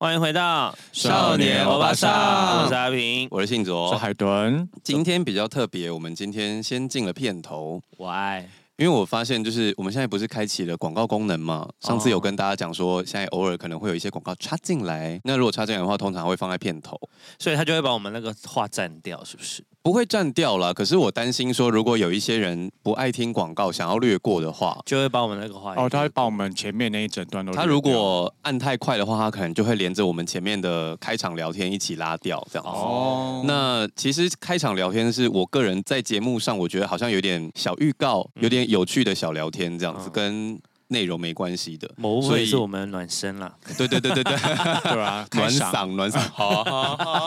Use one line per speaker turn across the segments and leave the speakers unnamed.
欢迎回到
少年欧巴桑
我是阿平，
我是信
我是
卓，
海豚，
哦今天比较特别，我们今天先进了片头，
我爱
因为我发现就是我们现在不是开启了广告功能嘛，上次有跟大家讲说，现在偶尔可能会有一些广告插进来，那如果插进来的话，通常会放在片头，
所以他就会把我们那个话占掉，是不是？
不会占掉啦。可是我担心说，如果有一些人不爱听广告，想要略过的话。
就会把我们那个话
哦，他会把我们前面那一整段都略掉。
他如果按太快的话，他可能就会连着我们前面的开场聊天一起拉掉，这样子。
哦，
那其实开场聊天是我个人在节目上，我觉得好像有点小预告，有点有趣的小聊天这样子，
嗯
跟内容没关系的。
某部
所
分
以
是我们暖身啦，
对对对对对，
对啊， 开
暖
嗓
嗓暖嗓，好好好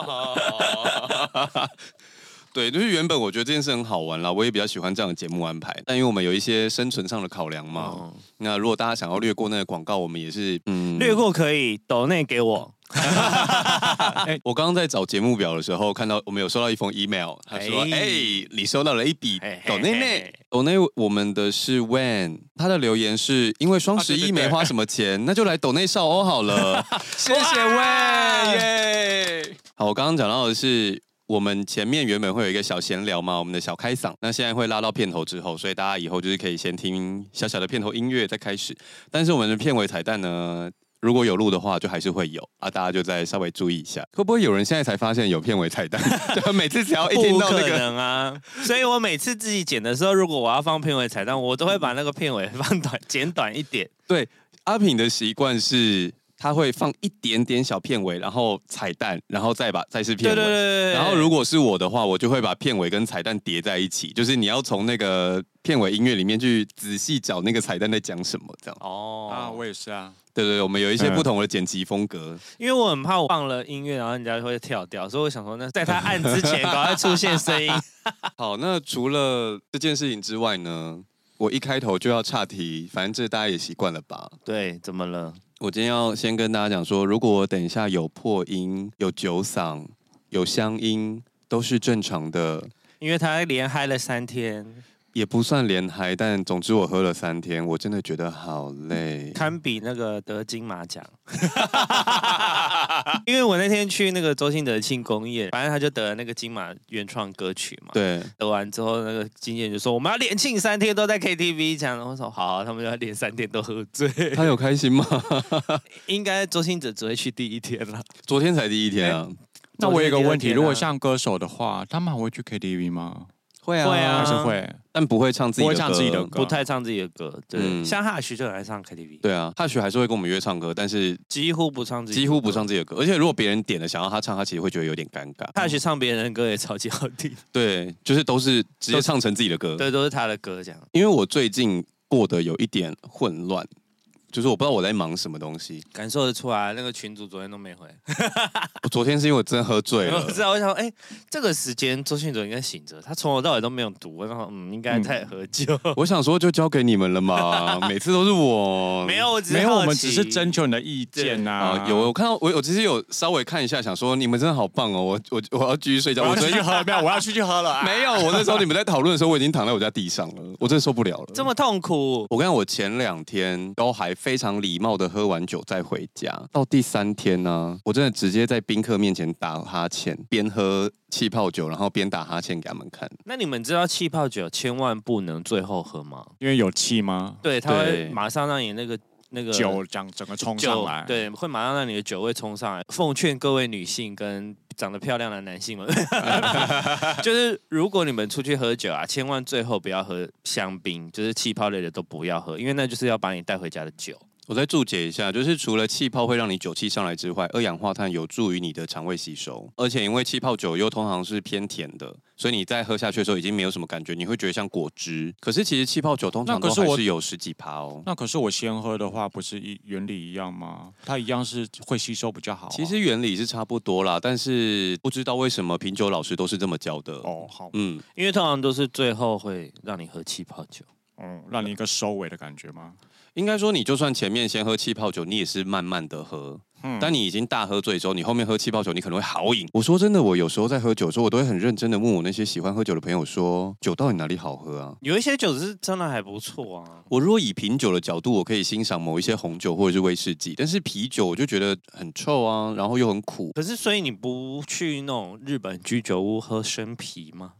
好好。对，就是原本我觉得这件事很好玩啦，我也比较喜欢这样的节目安排。但因为我们有一些生存上的考量嘛，
嗯，
那如果大家想要略过那个广告，我们也是嗯
略。过可以，抖内给我，
我刚刚在找节目表的时候，看到我们有收到一封 email，他说：“哎、
哎
你收到了一笔
嘿嘿
抖内内
嘿。”
抖内我们的是 When，他的留言是因为双十
啊对
一
对对
没花什么钱，那就来抖内少欧好了。谢谢 When，耶！好，我刚刚讲到的是。我们前面原本会有一个小闲聊嘛，我们的小开嗓，那现在会拉到片头之后，所以大家以后就是可以先听小小的片头音乐再开始。但是我们的片尾彩蛋呢，如果有录的话，就还是会有啊，大家就再稍微注意一下。会不会有人现在才发现有片尾彩蛋？ 就每次只要一听
不
到
可
那个，
能啊！所以我每次自己剪的时候，如果我要放片尾彩蛋，我都会把那个片尾放短， 剪短一点。
对阿品的习惯是，他会放一点点小片尾，然后彩蛋，然后再把再是片
对
尾。
对对对。
然后如
果
果是我的话，我就会把片尾跟彩蛋叠在一起，就是你要从那个片尾音乐里面去仔细找那个彩蛋在讲什么，这样。
啊，
哦，
我也是啊，
对对对，我们有一些
嗯
不同的剪辑风格。
因为我很怕我放了音乐，然后人家会跳掉，所以我想说，那在他按之 前，赶快出现声音。
好，那除了这件事情之外呢，我一开头就要岔题，反正这大家也习惯了吧？
对，怎么了？
我今天要先跟大家讲说，如果等一下有破音、有酒嗓、有乡音，都是正常的，
因为他连嗨了三天，
也不算连嗨。但总之我喝了三天，我真的觉得好累。
堪比那个得金马奖。 因为我那天去那个周兴哲的庆功宴，反正他就得了那个金马原创歌曲嘛。
对，
得完之后，那个经纪人就说我们要连庆三天都在 KTV 讲，然后我说好、啊他们要连三天都喝醉。
他有开心吗？
应该周星哲只会去第一天了。
昨天才第一天啊，
那我有一个问题，
昨天第二天啊
如果像歌手的话，他们还会去 KTV 吗？
会
会
还
啊
是会？
但不会唱自己
不
的歌，
会唱自己的歌
不太唱自己的歌，对，
嗯
像哈许就很爱唱 KTV，
对啊，他许还是会跟我们约唱歌，但是
几乎不唱自己，
几乎不唱。自己的歌。而且如果别人点了想要他唱，他其实会觉得有点尴尬。
哈许唱别人的歌也超级好听，
对，就是都是
都
直接
是
唱成自己的歌。
对，都是他的歌这样。
因为我最近过得有一点混乱，就是我不知道我在忙什么东 西。
感受得出来，那个群主昨天都没回。
我昨天是因为我真的喝醉
我
了
不，知道，我想说，哎、这个时间周迅哲应该醒着，他从头到尾都没有读，我想说，嗯，应该在喝酒。
嗯
我想说就交给你们了 嘛，每次都是 我。
没有，我只是
没有，
好
我们只
奇
是征求你的意见呐
啊，。有
哦
我看到我我其实有稍微看一下，想说你们真的好棒哦，我我我要继续睡觉。
我
我
要
昨
出去
天
喝，没有，我要出去喝了啊。
没有，我那时候你们在讨论的时候，我已经躺在我家地上了，我真的受不了了。
这么痛苦，
我跟你讲，我前两天都还非常礼貌的喝完酒再回家，到第三天呢、我真的直接在宾客面前打哈欠，边喝气泡酒，然后边打哈欠给他们看。
那你们知道气泡酒千万不能最后喝吗？
因为有气吗？
对，它会
对
马上让你那个那个
酒整整个冲上
酒
来，，
对，会马上让你的酒味冲上来。奉劝各位女性跟长得漂亮的男性 们， 就是如果你们出去喝酒啊，千万最后不要喝香槟，就是气泡类的都不要喝，因为那就是要把你带回家的酒。
我再注解一下，就是除了气泡会让你酒气上来之外，二氧化碳有助于你的肠胃吸收，而且因为气泡酒又通常是偏甜的，所以你在喝下去的时候已经没有什么感觉，你会觉得像果汁。可是其实气泡酒通常
那
都
可是
还
我
是有十几趴哦。
那可是我先喝的话，不是一原理一样吗？它一样是会吸收比较好啊、
其实原理是差不多啦，但是不知道为什么品酒老师都是这么教的。
哦，好，
嗯，
因为通常都是最后会让你喝气泡酒，
嗯，让你一个收尾的感觉吗？
应该说，你就算前面先喝气泡酒，你也是慢慢的喝。
嗯
当你已经大喝醉之后，你后面喝气泡酒，你可能会好饮。我说真的，我有时候在喝酒的时候，我都会很认真的问我那些喜欢喝酒的朋友说，酒到底哪里好喝啊？
有一些酒是真的还不错啊。
我如果以品酒的角度，我可以欣赏某一些红酒或者是威士忌，但是啤酒我就觉得很臭啊，然后又很苦。
可是，所以你不去那种日本居酒屋喝生啤吗？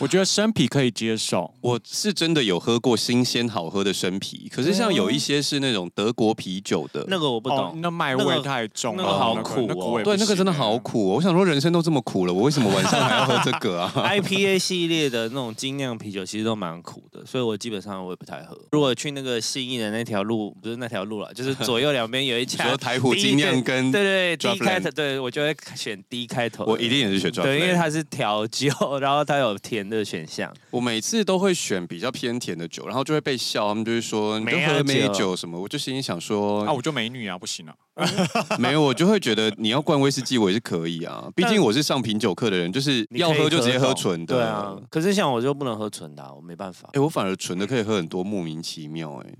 我觉得生啤可以接受，
我是真的有喝过新鲜好喝的生啤，可是像有一些是那种德国啤酒的，
那个我不懂。
啊哦那麦
那
味
个
太重了，
那个
好
那
苦哦
那个我也不
对那个真的
行
啊
好。苦、哦。我想说，人生都这么苦了，我为什么晚上还要喝这个 啊？
哎 IPA 系列的那种精酿啤酒其实都蛮苦的，所以我基本上我也不太喝。如果去那个信义的那条路，不是那条路了，就是左右两边有一
你
家
说，台虎精酿跟
对对对，D
Draft
开头，对我就会选 D 开头的，
我一定也是选专
对，因为
门。
它是调酒，然后它有甜的选项，
我每次都会选比较偏甜的酒，然后就会被笑，他们就会说你就
梅啊
喝美
酒
酒什么，我就心里想说
啊，我就美女啊，不行啊，
没有，我就会觉得你要灌威士忌我也是可以啊，毕竟我是上品酒课的人，就是
你可以
要喝就直接喝
懂
纯的。
对啊，可是像我就不能喝纯的啊、我没办法
哎、。我反而纯的可以喝很多，莫名其妙哎、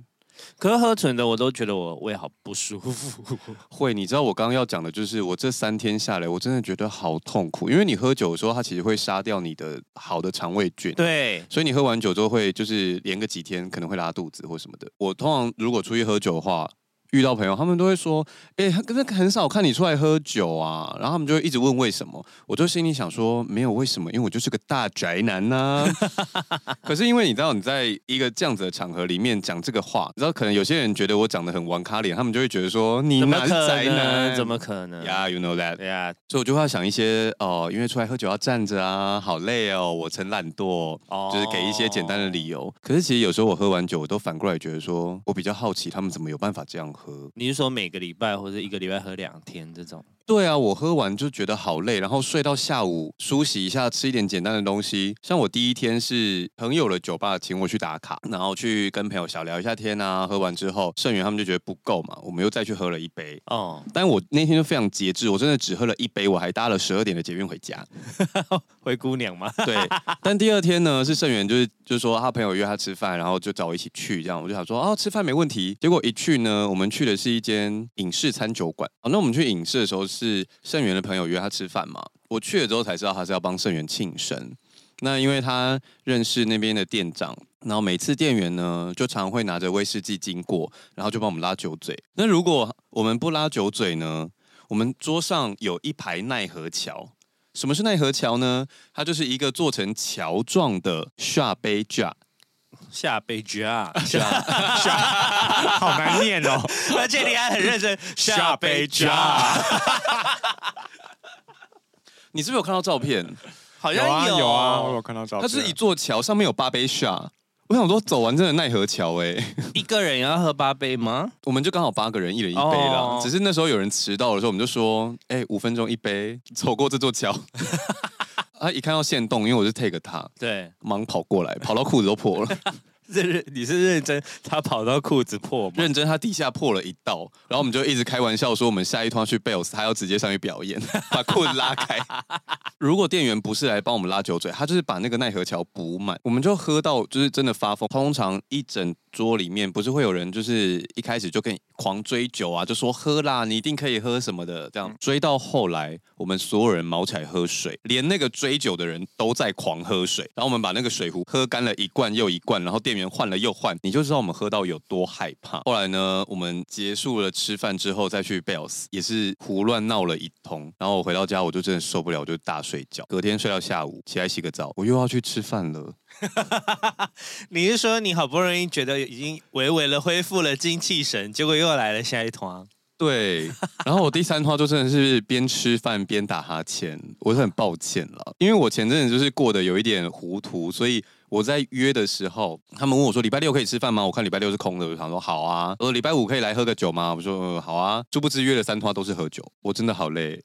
可是喝纯的我都觉得我胃好不舒 服。
会，你知道我刚刚要讲的就是，我这三天下来，我真的觉得好痛苦，因为你喝酒的时候，它其实会杀掉你的好的肠胃菌。
对，
所以你喝完酒之后会就是连个几天可能会拉肚子或什么的。我通常如果出去喝酒的话，遇到朋友他们都会说：“哎、欸，可是很少看你出来喝酒啊。”然后他们就会一直问为什么，我就心里想说没有为什么，因为我就是个大宅男呐、 可是因为你知道你在一个这样子的场合里面讲这个话，你知道可能有些人觉得我长得很玩咖脸，他们就会觉得说你
怎么
哪是
可
宅
能？
男？
怎么可能？
呀、yeah,？You know that。
对呀、
所以我就会想一些哦，因为出来喝酒要站着啊，好累哦，我曾懒惰。
哦
就是给一些简单的理由。可是其实有时候我喝完酒，我都反过来觉得说，我比较好奇他们怎么有办法这样喝。
你是说每个礼拜或者一个礼拜喝两天这种？
对啊，我喝完就觉得好累，然后睡到下午梳洗一下，吃一点简单的东西。像我第一天是朋友的酒吧请我去打卡，然后去跟朋友小聊一下天啊。喝完之后，盛源他们就觉得不够嘛，我们又再去喝了一杯。
哦，
但我那天就非常节制，我真的只喝了一杯，我还搭了十二点的捷运回家。
灰姑娘吗？
对，但第二天呢是盛源，就是就是说他朋友约他吃饭，然后就找我一起去，这样我就想说哦吃饭没问题。结果一去呢，我们去的是一间影视餐酒馆。哦，那我们去影视的时候是盛源的朋友约他吃饭嘛，我去了之后才知道他是要帮盛源庆生。那因为他认识那边的店长，然后每次店员呢就常会拿着威士忌经过，然后就帮我们拉酒嘴。那如果我们不拉酒嘴呢，我们桌上有一排奈何桥。什么是奈何桥呢？它就是一个做成桥状的下杯架，
下杯爵啊，
好难念哦。
而且你还很认 真。下杯爵啊，
你是不是有看到照片？
好
有啊
像
有啊，我有看到照
它
片。
是一座桥，上面有八杯下。我想说，走完真的奈何桥哎、
一个人要喝八杯吗？
我们就刚好八个人一人一杯啦。
哦
只是那时候有人迟到的时候，我们就说，哎、五分钟一杯，走过这座桥。 啊！一看到线动，因为我是 take 他，
对，
忙跑过来，跑到裤子都破了。
这是你是认真，他跑到裤子破吗？
认真，他地下破了一道，然后我们就一直开玩笑说，我们下一趟去 Bells，他要直接上去表演， 把裤子拉开。如果店员不是来帮我们拉酒嘴，他就是把那个奈何桥补满，我们就喝到就是真的发疯。通常一整桌里面，不是会有人就是一开始就跟你狂追酒啊，就说喝啦，你一定可以喝什么的，这样追到后来，我们所有人毛起来喝水，连那个追酒的人都在狂喝水。然后我们把那个水壶喝干了一罐又一罐，然后店员换了又换，你就知道我们喝到有多害怕。后来呢，我们结束了吃饭之后再去 Bells，也是胡乱闹了一通。然后我回到家，我就真的受不了，我就大睡觉。隔天睡到下午，起来洗个澡，我又要去吃饭了。
你是说你好不容易觉得已经微微的恢复了精气神，结果又来了下一团？
对，然后我第三话就真的是边吃饭边打哈欠，我是很抱歉了，因为我前阵子就是过得有一点糊涂，所以我在约的时候，他们问我说礼拜六可以吃饭吗？我看礼拜六是空的，我就想说好啊，我说礼拜五可以来喝个酒吗？我说、呃、好啊，殊不知约了三话都是喝酒，我真的好累。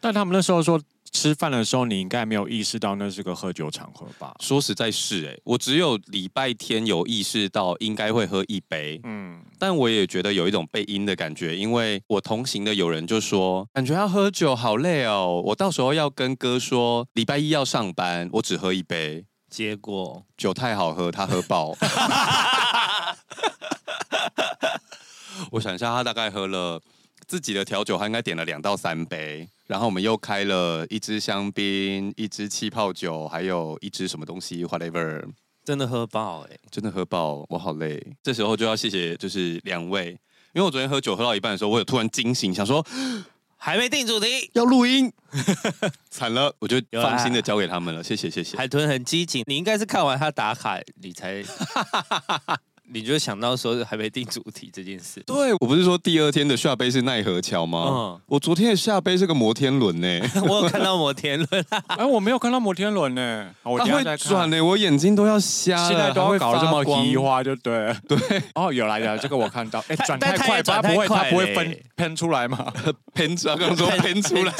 但他们那时候说吃饭的时候，你应该没有意识到那是个喝酒场合吧？
说实在是、哎，我只有礼拜天有意识到应该会喝一杯，
嗯，
但我也觉得有一种被阴的感觉，因为我同行的有人就说，感觉要喝酒好累哦，我到时候要跟哥说，礼拜一要上班，我只喝一杯。
结果
酒太好喝，他喝爆。我想一下，他大概喝了自己的调酒，他应该点了两到三杯，然后我们又开了一支香槟、一支气泡酒，还有一支什么东西，whatever，
真的喝爆哎、
真的喝爆，我好累。这时候就要谢谢就是两位，因为我昨天喝酒喝到一半的时候，我有突然惊醒，想说
还没定主题。
要录音， 惨了，我就
有啦
放心的交给他们了，谢谢谢谢。
海豚很激情，你应该是看完他打卡，你 才你就想到说还没定主题这件事。
啊
对，我不是说第二天的下杯是奈何桥吗？
嗯
我昨天的下杯是个摩天轮呢、
我有看到摩天轮，
哎，我没有看到摩天轮呢， 好我
它
等一下
会
再看
转呢、欸我眼睛都要瞎了，
现在都
还
要
会
搞得这么
发光
提花，就对了。对， 哦，有啦有啦，这个我看到。哎，
它
转
但
太
它也
快，
转
它
太
不会，它
快
不会
嘞
喷喷出 来嘛？
喷出来，刚刚说喷出 来，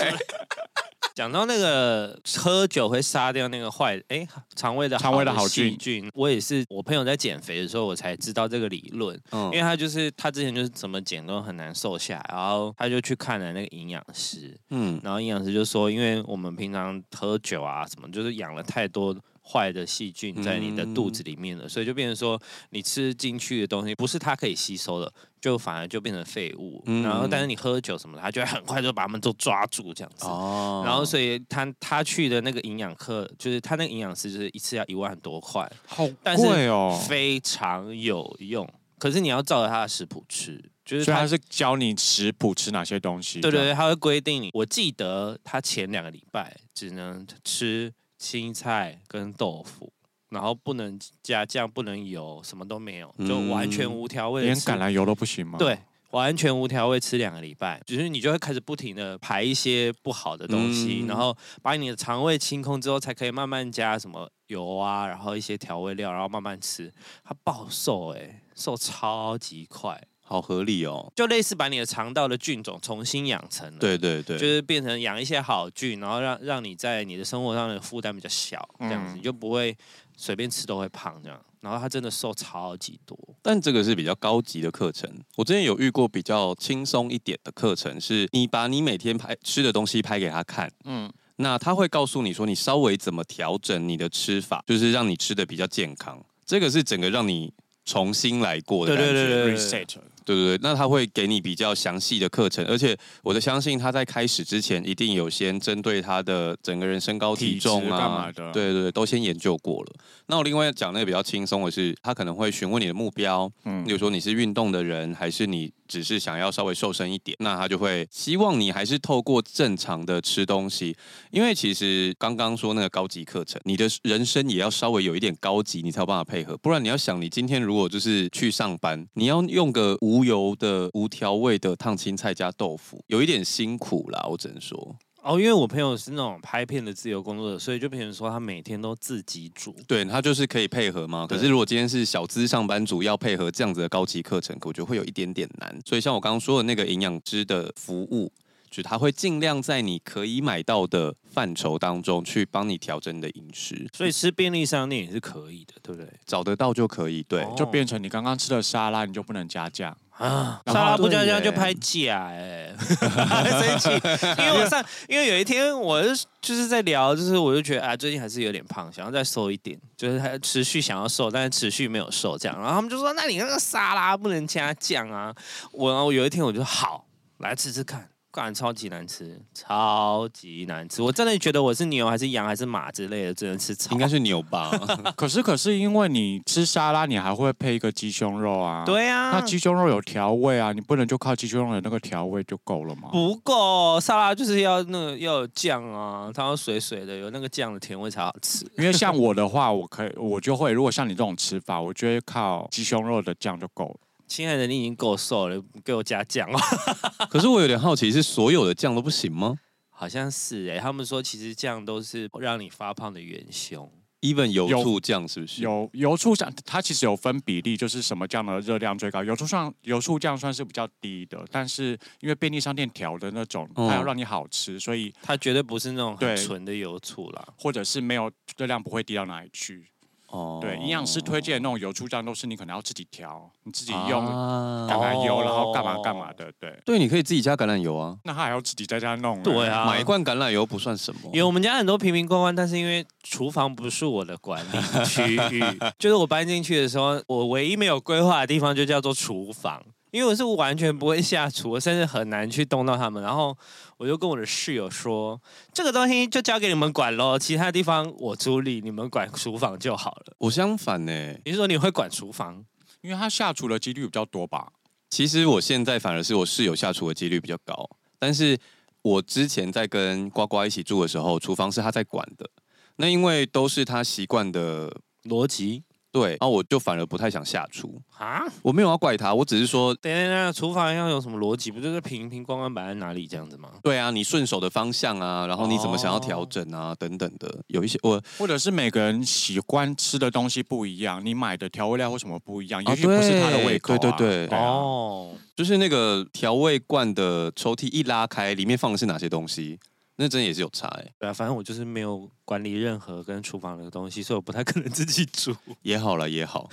讲到那个喝酒会杀掉那个坏哎、肠胃的
肠胃的好
细
菌
菌，我也是我朋友在减肥的时候我才知道这个理论，因为
嗯
他就是他之前就是怎么减都很难瘦下来，然后他就去看了那个营养师，
嗯，
然后营养师就说，因为我们平常喝酒啊什么，就是养了太多坏的细菌在你的肚
嗯
子里面了，所以就变成说你吃进去的东西不是它可以吸收的，就反而就变成废物。
嗯
然后但是你喝酒什么的，它就会很快就把它们都抓住这样子。
哦
然后，所以他他去的那个营养课，就是他那个营养师，就是一次要一万多块，
好
但是
贵哦。
非常有用。可是你要照着他的食谱吃，就是
所以
他
他是教你食谱吃哪些东西？
对对
这
对，
样，
他会规定你。我记得他前两个礼拜只能吃青菜跟豆腐，然后不能加酱，不能油，什么都没有，就完全
嗯
无调味的
连
吃。
橄榄油都不行吗？
对，完全无调味吃两个礼拜，只是你就会开始不停的排一些不好的东西，
嗯
然后把你的肠胃清空之后，才可以慢慢加什么油啊，然后一些调味料，然后慢慢吃。它暴瘦哎、瘦超级快，
好合理哦，
就类似把你的肠道的菌种重新养成了。
对对对，
就是变成养一些好菌，然后让让你在你的生活上的负担比较小，这样子、
嗯
你就不会随便吃都会胖这样。然后他真的瘦超级多，
但这个是比较高级的课程。我之前有遇过比较轻松一点的课程，是你把你每天拍吃的东西拍给他看，嗯
嗯，
那他会告诉你说你稍微怎么调整你的吃法，就是让你吃的比较健康。这个是整个让你重新来过的感觉，
对对对
，reset。
对对对，那他会给你比较详细的课程，而且我的相信他在开始之前一定有先针对他的整个人身高体重
体质
啊，
干嘛的
对对对，都先研究过了。那我另外讲那个比较轻松的是，他可能会询问你的目标，
嗯
例如说你是运动的人，还是你只是想要稍微瘦身一点，那他就会希望你还是透过正常的吃东西，因为其实刚刚说那个高级课程，你的人生也要稍微有一点高级，你才有办法配合。不然你要想，你今天如果就是去上班，你要用个无油的、无调味的烫青菜加豆腐，有一点辛苦啦，我只能说。
哦，因为我朋友是那种拍片的自由工作者，所以就变成说他每天都自己煮，
对，他就是可以配合嘛。可
对
是如果今天是小资上班族要配合这样子的高级课程，我觉得会有一点点难。所以像我刚刚说的那个营养师的服务，就是他会尽量在你可以买到的范畴当中去帮你调整你的饮食，
所以吃便利商店也是可以的，对不对？
找得到就可以。对，
哦
就变成你刚刚吃的沙拉，你就不能加酱。
啊，沙
然后
拉不加
对
酱就
耶
拍假哎、 欸，生 气。因为我上，因为有一天我是就是在聊，就是我就觉得啊，最近还是有点胖，想要再瘦一点，就是还持续想要瘦，但是持续没有瘦这样。然后他们就说，那你那个沙拉不能加酱啊。我然后有一天我就好来吃吃看。干超级难吃，超级难吃！我真的觉得我是牛还是羊还是马之类的，只能吃草。
应该是牛吧？
可是可是因为你吃沙拉，你还会配一个鸡胸肉啊。。
对啊，
那鸡胸肉有调味啊，你不能就靠鸡胸肉的那个调味就够了吗？
不够，沙拉就是要那个要有酱啊，它要水水的，有那个酱的甜味才好吃。
因为像我的话，我可以我就会，如果像你这种吃法，我就会靠鸡胸肉的酱就够了。
亲爱的，你已经够瘦了，给我加酱哦。
可是我有点好奇，是所有的酱都不行吗
好像是哎、他们说其实酱都是让你发胖的元凶。
？even 油
有
醋酱是不是？
有油醋酱，它其实有分比例，就是什么酱的热量最高。油醋酱油醋酱算是比较低的，但是因为便利商店调的那种，
嗯
它要让你好吃，所以
它绝对不是那种很
对
纯的油醋啦。
或者是没有热量不会低到哪里去。
哦
对，营养师推荐的那种油醋酱都是你可能要自己调，你自己用
啊
橄榄油，
哦
然后干嘛干嘛的，对。
对，你可以自己加橄榄油啊，
那他还要自己在家弄、欸，
对啊
买一罐橄榄油不算什么。
有我们家很多瓶瓶罐罐，但是因为厨房不是我的管理区域，就是我搬进去的时候，我唯一没有规划的地方就叫做厨房，因为我是完全不会下厨，我甚至很难去动到他们。然后我就跟我的室友说，这个东西就交给你们管喽，其他地方我处理，你们管厨房就好了。
我相反欸呢、
你是说你会管厨房？
因为他下厨的几率比较多吧。
其实我现在反而是我室友下厨的几率比较高，但是我之前在跟呱呱一起住的时候，厨房是他在管的。那因为都是他习惯的，
逻辑
对，然后我就反而不太想下厨。
啊？
我没有要怪他，我只是说，
等一下等一下，厨房要有什么逻辑？不就是瓶瓶罐罐摆在哪里这样子吗？
对啊，你顺手的方向啊，然后你怎么想要调整啊，等等的，有一些我
或者是每个人喜欢吃的东西不一样，你买的调味料或什么不一样，
啊
也许不是他的胃口、啊。
对对对
啊
哦，
就是那个调味罐的抽屉一拉开，里面放的是哪些东西，那真的也是有差哎、
对啊，反正我就是没有管理任何跟厨房的东西，所以我不太可能自己煮，
也好了也好，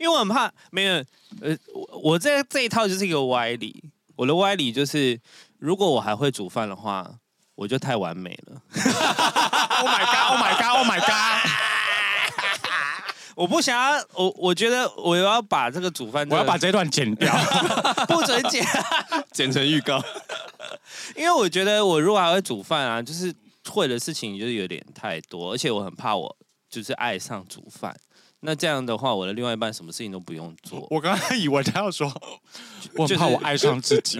因为我很怕没有。呃，我我这这一套就是一个歪理，我的歪理就是，如果我还会煮饭的话，我就太完美了。
Oh my god! Oh my god! Oh my god!
我不想要，我我觉得我要把这个煮饭、
我要把这段剪掉。
不准剪，
剪成预 告。
因为我觉得我如果还会煮饭啊，就是会的事情就是有点太多，而且我很怕我就是爱上煮饭。那这样的话，我的另外一半什么事情都不用做，
我刚刚以为他要说，我
就是
很怕我爱上自己。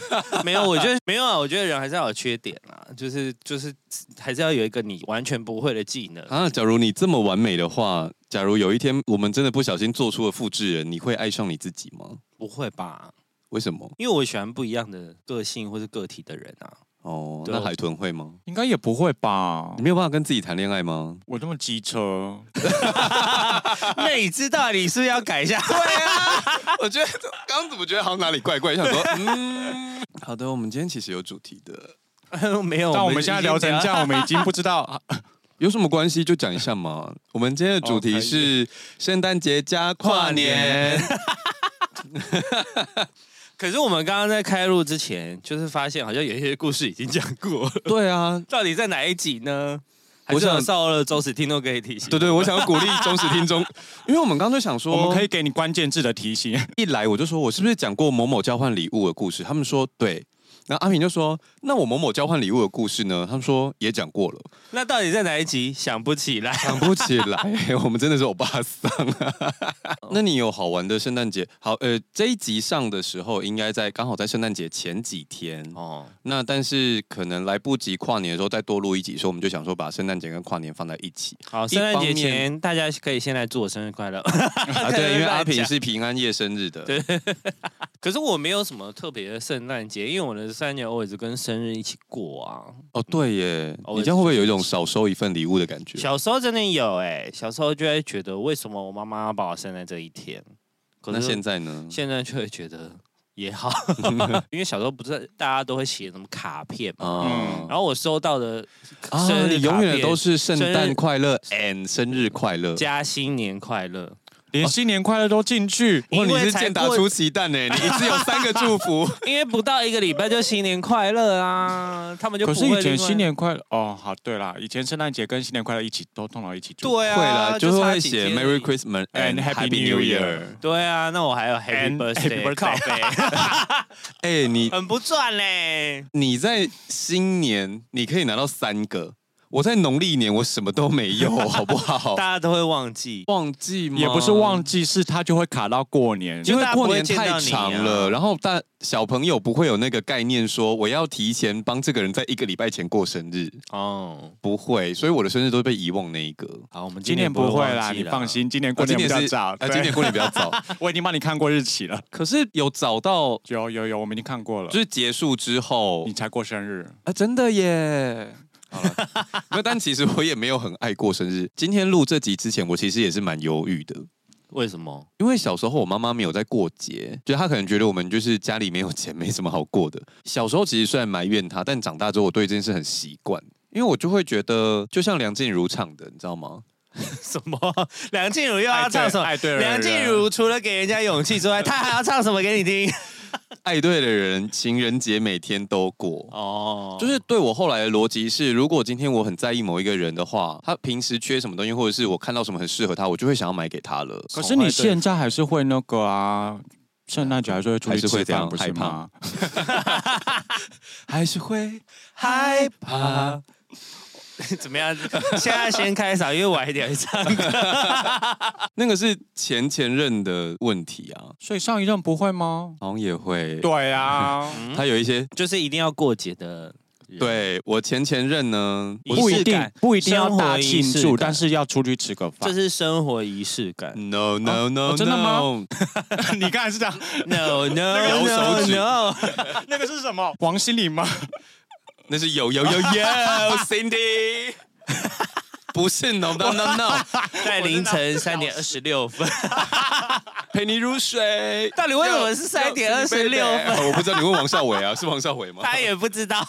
没有，我觉得没有啊。我觉得人还是要有缺点啊，就是就是还是要有一个你完全不会的技能。
啊，假如你这么完美的话，假如有一天我们真的不小心做出了复制人，你会爱上你自己吗？
不会吧？
为什么？
因为我喜欢不一样的个性或是个体的人啊。
哦，
对
那海豚会吗？
应该也不会吧
你？没有办法跟自己谈恋爱吗？
我那么机车，
那你知道你是不是要改一下？
我觉得刚刚怎么觉得好像哪里怪怪，想说，嗯，好的，我们今天其实有主题的，
没有，
但我们现在聊成这
已经
样，我们已经不知道。
有什么关系就讲一下嘛。我们今天的主
哦可
题
以
是圣诞节加跨年，
可是我们刚刚在开录之前，就是发现好像有一些故事已经讲过了，
对啊，
到底在哪一集呢？还
我
是
想
有少了周史听众可以提醒。
对对，我想要鼓励忠实听众，因为我们刚刚就想说，
我们可以给你关键字的提醒。
一来我就说我是不是讲过某某交换礼物的故事？他们说对。然后阿平就说：“那我某某交换礼物的故事呢？”他们说也讲过了，
那到底在哪一集？想不起来。
想不起来。 我们真的是欧巴桑啊！ 那你有好玩的圣诞节？好，呃，这一集上的时候应该在刚好在圣诞节前几天。
哦，
那但是可能来不及跨年的时候再多录一集，所以我们就想说把圣诞节跟跨年放在一起
好，
一
圣诞节
方面
前大家可以先来祝我生日快乐。
啊。 对，因为阿平是平安夜生日的。对，
可是我没有什么特别的圣诞节，因为我的圣诞节我也是跟生日一起过啊。
哦对耶，
哦
你这样会不会有一种少收一份礼物的感觉？
小时候真的有哎、小时候就会觉得为什么我妈妈要把我生在这一天？可
那
是
现在呢？
现在就会觉得也 好，因为小时候不是大家都会写什么卡片嘛，
啊
嗯
然后我收到的
啊
生！日
你永远
卡片
都是圣
生日
诞快乐 and 生日快乐。
加新年快乐，
连新年快乐都进去，
哇，哦你
因为
是
才
健达
过
出奇蛋呢，你一次有三个祝福。
因为不到一个礼拜就新年快乐啊，他们就
可
不
是
会
以前
另外
新。年快乐哦，好，对啦，以前圣诞节跟新年快乐一起都弄到一起住。
对啊，
会啦，就是是
差
会
几
写
天
Merry
而已
Christmas
，and
and
Happy
Happy
New
New
Year
Year。
对啊，那我还有 Happy
And
Birthday，,
Happy
靠
Birthday
北
哎，你
很不赚嘞。
你在新年你可以拿到三个，我在农历年我什么都没有，好不好
大？家都会忘记。
忘记吗？
也不是忘，记，是它就会卡到过年。
因
就
为
大家不
过
会
年
见到
太
你
长
啊
了，然后大小朋友不会有那个概念，说我要提前帮这个人在一个礼拜前过生日，
哦，
不会，所以我的生日都被遗忘那一个。
好，我们
今
年
年
不
不会
忘
啦，
记
你
了
放。心，今年
我
过年比较早。
呃，
对
今年过年比较早，
我已经帮你看过日期了，
可是有找到，
有有有，我们已经看过了
就。是结束之后
你才过生日，
啊，真的耶。好 了，没有但其实我也没有很爱过生日。今天录这集之前，我其实也是蛮忧郁的，
为什么？
因为小时候我妈妈没有在过节，就她可能觉得我们就是家里没有钱，没什么好过的。小时候其实虽然埋怨她， 但长大之后我对这件事很习惯，因为我就会觉得，就像梁静茹唱的，你知道吗？
什么？ 梁静茹又要唱什么？
爱对了，
梁静茹除了给人家勇气之外，她还要唱什么给你听？
爱对的人，情人节每天都 过。
哦，
就是对我后来的逻辑是，如果今天我很在意某一个人的话，他平时缺什么东西，或者是我看到什么很适合他，我就会想要买给他了。
可是你现在还是会那个啊，圣诞节还是会出
还
去
是会
吃
这样
饭，不是
害怕
吗？
还是会
害怕。怎么样？现在先开嗓，因为晚一点会唱。
那个是前前任的问题啊，
所以上一任不会吗？
好像也会。
对啊，
嗯
他有一些
就是一定要过节 的人，
对我前前任呢，
仪
我
式
不一定
感
不一定要
生活
大
仪
庆
式
祝，
感
但是要出去吃个饭
这。是生活仪式 感。
no no no，、
哦真的吗
no
你刚才是 这样，
No no
摇
no
手指
no，
那个是什么？王心凌吗？
那是有有有有 Cindy，不是 no no no no，
在凌晨三点二十六分。
陪你入睡。
到底为什么是三点二十六分？
哦我不知道你问王少伟啊，是王少伟吗？
他也不知道，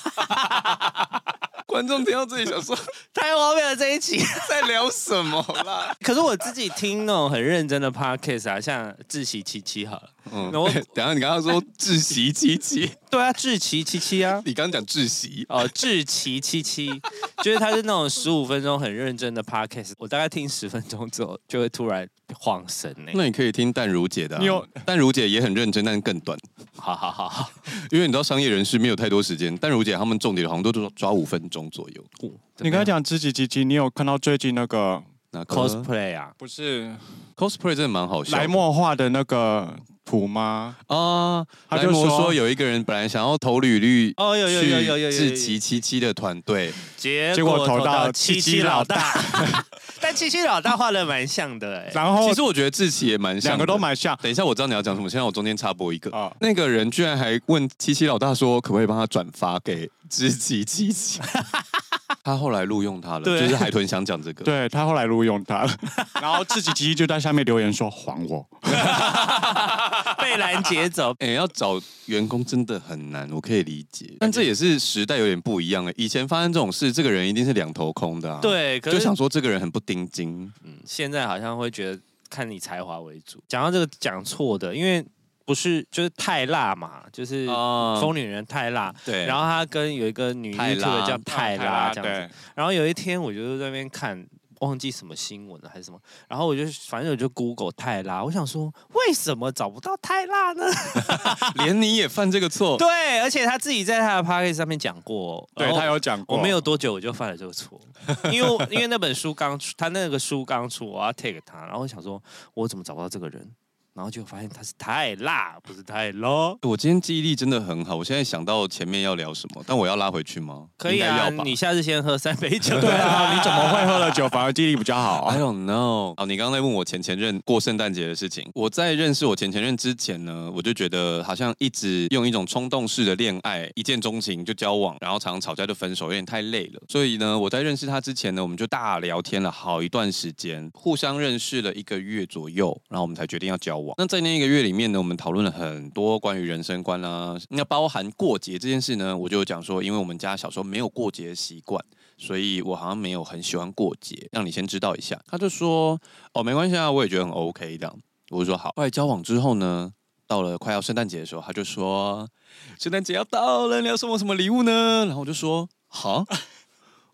观众听到这里想说
太荒谬了这一集。
在聊什么啦？
可是我自己听那种很认真的 podcast 啊，像志奇七七好了，
嗯
那我，
等一下你刚刚说窒息七七，
对啊，志奇七七啊，
你刚刚讲窒息，
哦，志奇七七， 就是他是那种十五分钟很认真的 podcast，我大概听十分钟之后就会突然晃神欸呢、
那你可以听淡如姐的、啊，
你有
淡如姐也很认真，但更短，
好好好好，
因为你知道商业人士没有太多时间，淡如姐他们重点好像都抓抓五分钟左右。
哦
你刚才讲知己知己，你有看到最近那个
那个
cosplay 啊，
不是
cosplay 真的蛮好笑的。
来墨画的那个图吗？
啊，
他
莱
就
摩
说
说有一个人本来想要投履历，
哦有有有有有有有
志奇七七的团队，
结
结果
果
投
投
到
到七
七
七
七
老
老
大， 但七七老大画的蛮像的哎、
然后
其实我觉得志奇也蛮像，
两个都。蛮像
等一下，我知道你要讲什么，现在我中间插播一
哦
个。
啊。
那个人居然还问七七老大说，可不可以帮他转发给志奇 七七？他后来录用他了，
对
就是海豚想讲这个。
对他后来录用他了， 然后自己其实就在下面留言说还我，
被拦截 走。
哎、要找员工真的很难，我可以理解。但这也是时代有点不一样哎、以前发生这种事，这个人一定是两头空的啊。，
对，可
就是想说这个人很不盯紧。
现在好像会觉得看你才华为主。讲到这个讲错的，因为不是就是太辣嘛，就是
啊
疯女人太辣。
对
然后她跟有一个女
泰
y
辣
o 叫泰拉这样子。
对，
然后有一天我就在那边看。忘记什么新闻了还是什么，然后我就反正我就 Google 泰拉，我想说为什么找不到泰拉呢？
连你也犯这个错。
对，而且他自己在他的 p o c a s t 上面讲过，
对
然后
他有讲过，
我没有多久我就犯了这个错，因为我因为那本书刚出，他那个书刚出，我要 take 他，然后我想说，我怎么找不到这个人？然后就发现他是太辣，不是太 low。
我今天记忆力真的很好，我现在想到前面要聊什么，但我要拉回去吗？
可以
应该
啊，
要吧
你下次先喝三杯酒。
对啊，你怎么会喝了酒反而记忆力比较好
？I
啊？
don't know。好，你哦刚刚在问我前前任过圣诞节的事情。我在认识我前前任之前呢，我就觉得好像一直用一种冲动式的恋爱，一见钟情就交往，然后常常吵架就分手，有点太累了。所以呢，我在认识他之前呢，我们就大聊天了好一段时间，互相认识了一个月左右，然后我们才决定要交往。那在那一个月里面呢，我们讨论了很多关于人生观啊，那包含过节这件事呢，我就有讲说，因为我们家小时候没有过节的习惯。所以我好像没有很喜欢过节，让你先知道一下。他就说哦，没关系啊，我也觉得很 OK 这样。我就说好。后来交往之后呢，到了快要圣诞节的时候，他就说圣诞节要到了，你要送我什么礼物呢？然后我就说好，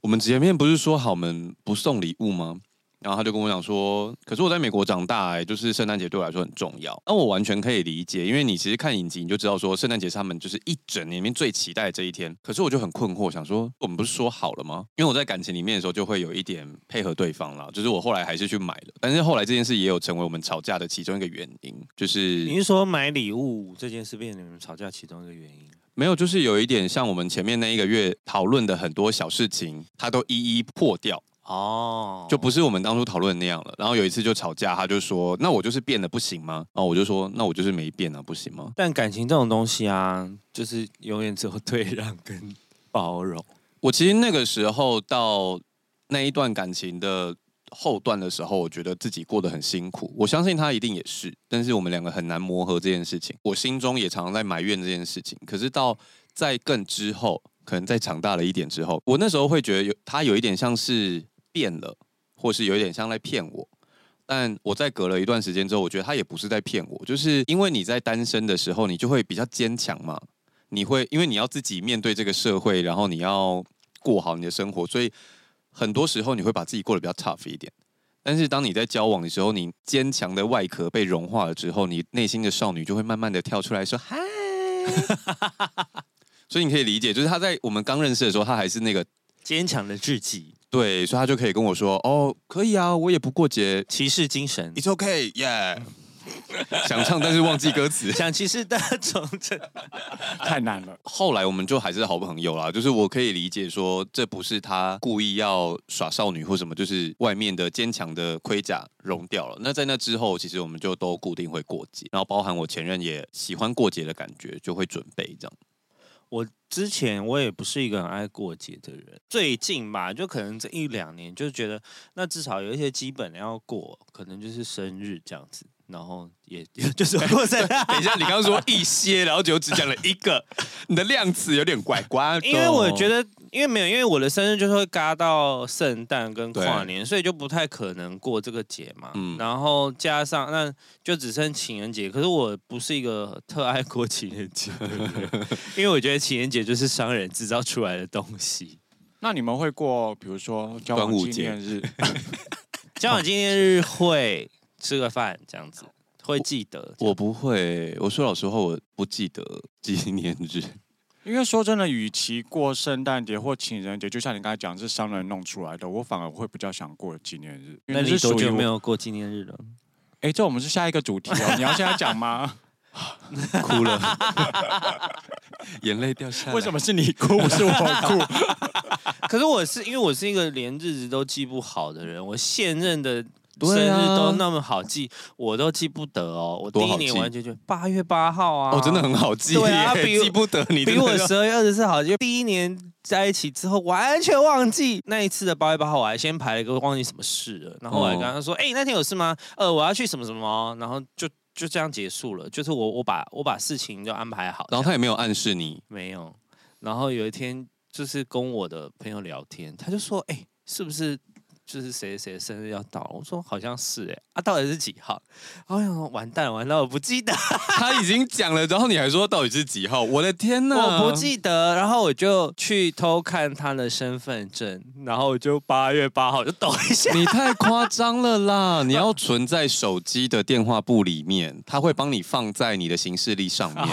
我们前面不是说好我们不送礼物吗？然后他就跟我讲说，可是我在美国长大、哎，就是圣诞节对我来说很重要。那我完全可以理解，因为你其实看影集你就知道说，圣诞节是他们就是一整年里面最期待的这一天。可是我就很困惑，想说我们不是说好了吗？因为我在感情里面的时候就会有一点配合对方啦，就是我后来还是去买了，但是后来这件事也有成为我们吵架的其中一个原因，就 是
你是说买礼物这件事变成你们吵架其中一个原因？
没有，就是有一点像我们前面那一个月讨论的很多小事情，他都一一破掉，
哦，
就不是我们当初讨论的那样了。然后有一次就吵架，他就说：“那我就是变了，不行吗？”啊，我就说：“那我就是没变啊，不行吗
但感情这种东西啊，就是永远只有退让跟包容。？”
我其实那个时候到那一段感情的后段的时候，我觉得自己过得很辛苦，我相信他一定也是，但是我们两个很难磨合这件事情。我心中也常常在埋怨这件事情，可是到在更之后，可能在长大了一点之后，我那时候会觉得有他有一点像是变了，或是有一点像在骗我。但我在隔了一段时间之后，我觉得他也不是在骗我，就是因为你在单身的时候，你就会比较坚强嘛，你会因为你要自己面对这个社会，然后你要过好你的生活，所以很多时候你会把自己过得比较 tough 一点。但是当你在交往的时候，你坚强的外壳被融化了之后，你内心的少女就会慢慢的跳出来说嗨。 所以你可以理解，就是他在我们刚认识的时候，他还是那个
坚强的自己，
对，所以他就可以跟我说哦，可以啊，我也不过节
骑士精神，
，It's okay, yeah 。 想唱但是忘记歌词。
想骑士大从政。
太难了。
后来我们就还是好朋友啦，就是我可以理解说，这不是他故意要耍少女或什么，就是外面的坚强的盔甲融掉了。那在那之后，其实我们就都固定会过节，然后包含我前任也喜欢过节的感觉，就会准备这样。
我之前我也不是一个很爱过节的人，最近吧，就可能这一两年，就觉得那至少有一些基本的要过，可能就是生日这样子，然后也就是我过生日。
等一下，你刚刚说一些，然后就只讲了一个，你的量词有点怪怪的。
因为我觉得，因为没有，因为我的生日就是会嘎到圣诞跟跨年，所以就不太可能过这个节嘛。
嗯
然后加上那就只剩情人节，可是我不是一个特爱过情人节的人，因为我觉得情人节就是商人制造出来的东西。
那你们会过，比如说交
端
往
午
纪
节
念日，
交往纪念日会吃个饭这样子，会记得。
我不会，我说老实话，我不记得纪念日。
因为说真的，与其过圣诞节或情人节，就像你刚才讲是商人弄出来的，我反而会比较想过纪念日。因
那
为
你
是
多
属于
久
我
没？有过纪念日了？
哎，这我们是下一个主题哦，你要现在讲吗？
哭了， 眼泪掉下来。
为什么是你哭，不是我哭？
可是我是因为我是一个连日子都记不好的人，我现任的生
对
日
啊
都那么好记，我都记不得哦。我第
多
一
好
年
记
完全就八月八号啊，
哦，真的很好记耶，
对啊比
记不得你真
比
的
我
要
十二月二十四号，就第一年在一起之后，完全忘记那一次的八月八号，我还先排了一个忘记什么事了，然后我还跟他
嗯
说：“哎、那天有事吗？呃，我要去什么什么。”然后就就这样结束了，就是我我把我把事情就安排好，
然后他也没有暗示你，
没有。然后有一天就是跟我的朋友聊天，他就说：“哎、是不是就是谁谁的生日要到了？”我说：“好像是哎、啊，到底是几号？”然后我想说：“完蛋了，完蛋了，我不记得，
他已经讲了，然后你还说到底是几号？我的天呐，
我不记得。”然后我就去偷看他的身份证，然后我就八月八号就抖一 下。
你太夸张了啦！你要存在手机的电话簿里面，他会帮你放在你的行事历上 面。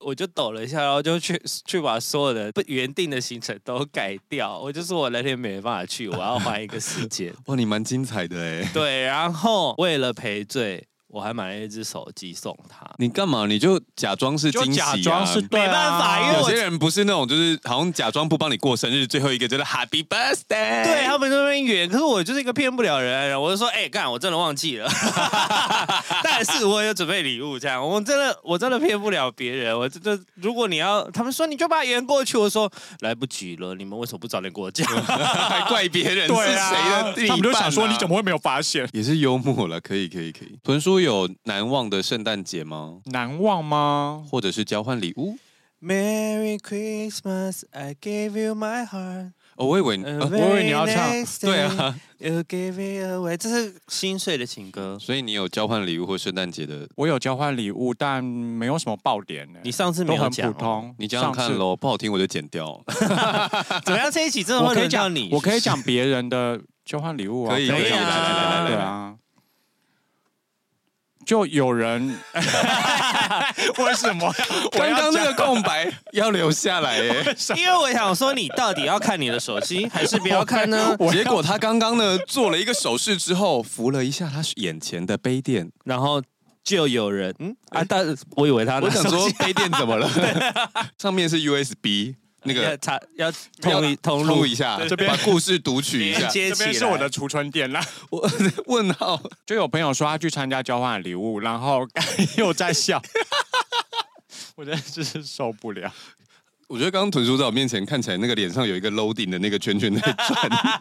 我就抖了一下，然后就去去把所有的不原定的行程都改掉。我就说我那天没办法去，我要换一个时间。
哇，你蛮精彩的哎！
对，然后为了赔罪，我还买了一只手机送他。
你干嘛？你就假装是惊
就
喜、啊，
假装是对啊
没办法因为
有
我
些人不是那种，就是好像假装不帮你过生日，最后一个就是 Happy Birthday。
对
啊
他们在那边圆，可是我就是一个骗不了人的人，我就说，哎、干，我真的忘记了， 但是我有准备礼物，这样，我真的我真的骗不了别人，我真的，如果你要，他们说你就把它圆过去，我说来不及了，你们为什么不早点跟我讲？
还怪别人是谁
对啊
的地、，
他们就想说你怎？么会没有发现？
也是幽默了，可以可以可以。豚叔有难忘的圣诞节吗？
难忘吗？
或者是交换礼物？
Merry Christmas, I gave you my heart.
哦，我以为你、
and
呃
very
我以为你要唱
next
对
day
啊，
，You gave it away，这是心碎的情歌。
所以你有交换礼物或圣诞节的？
我有交换礼物，但没有什么爆点呢、
你上次没
都
有
很
讲、哦
普通。
你想想
上
看
次
喽，不好听我就剪掉。
怎么样？这一集真的
我
会
可以
轮到
讲
你？
我可以讲别人的交换礼物啊，
可以
可以
对啊
来来来来来
对啊。就有人 为什么？我
刚
要
刚那
讲
个空白 要留下来耶。
因为我想说，你到底要看你的手机，还是不要看 呢？
结果他刚刚呢做了一个手势之后，扶了一下他眼前的杯垫。
然后就有人，嗯啊，但我以为他拿
我想
手
说
机
杯垫怎么了？上面是 USB 那
要
个
插要哎
要
通一通路
一下
这，边
把故事读取一
连
下。
接
这
起
边
来。
是我的储存点啦。
我 问号，
就有朋友说他去参加交换的礼物，然后 又在笑， 我真的是受不了。
我觉得刚刚豚叔在我面前看起来那个脸上有一个 loading 的那个圈圈在 转。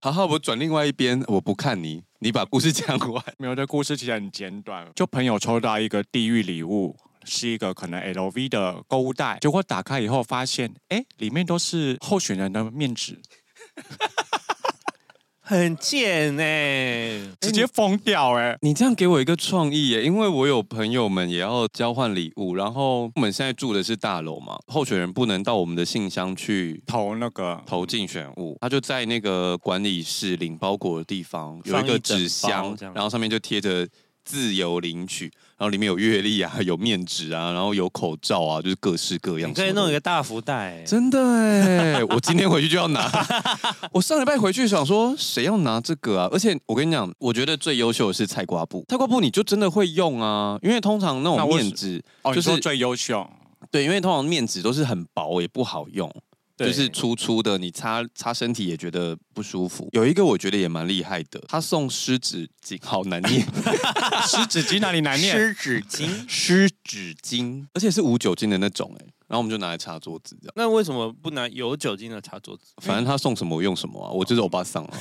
好好，我转另外一边，我不看你，你把故事讲完。
没有，这故事其实很简短。就朋友抽到一个地狱礼物，是一个可能 LV 的购物袋，结果打开以后发现，哎，里面都是候选人的面纸。
很贱哎、
直接疯掉哎、
你这样给我一个创意耶，因为我有朋友们也要交换礼物，然后我们现在住的是大楼嘛，候选人不能到我们的信箱去
投那个
投竞选物，他就在那个管理室领包裹的地方有
放
一个
一整
纸箱
包这，样
然后上面就贴着。自由领取，然后里面有月历啊，有面纸啊，然后有口罩啊，就是各式各样。
你可以弄一个大福袋、欸，
真的哎，我今天回去就要拿。 我上礼拜回去想说，谁要拿这个啊？而且我跟你讲，我觉得最优秀的是菜瓜布，菜瓜布你就真的会用啊，因为通常那
那
种
为
面
什
纸，
哦，
就
你说
是
最优秀，
对，因为通常面纸都是很薄，也不好用。
对
就是粗粗的，你擦擦身体也觉得不舒服。有一个我觉得也蛮厉害的，他送湿纸巾，好难 念，
湿纸巾哪里难 念？
湿纸巾。
湿纸巾，而且是无酒精的那种哎、然后我们就拿来擦桌子这样。
那为什么不拿有酒精的擦桌子？
反正他送什么我用什么啊，我就是欧巴桑啊。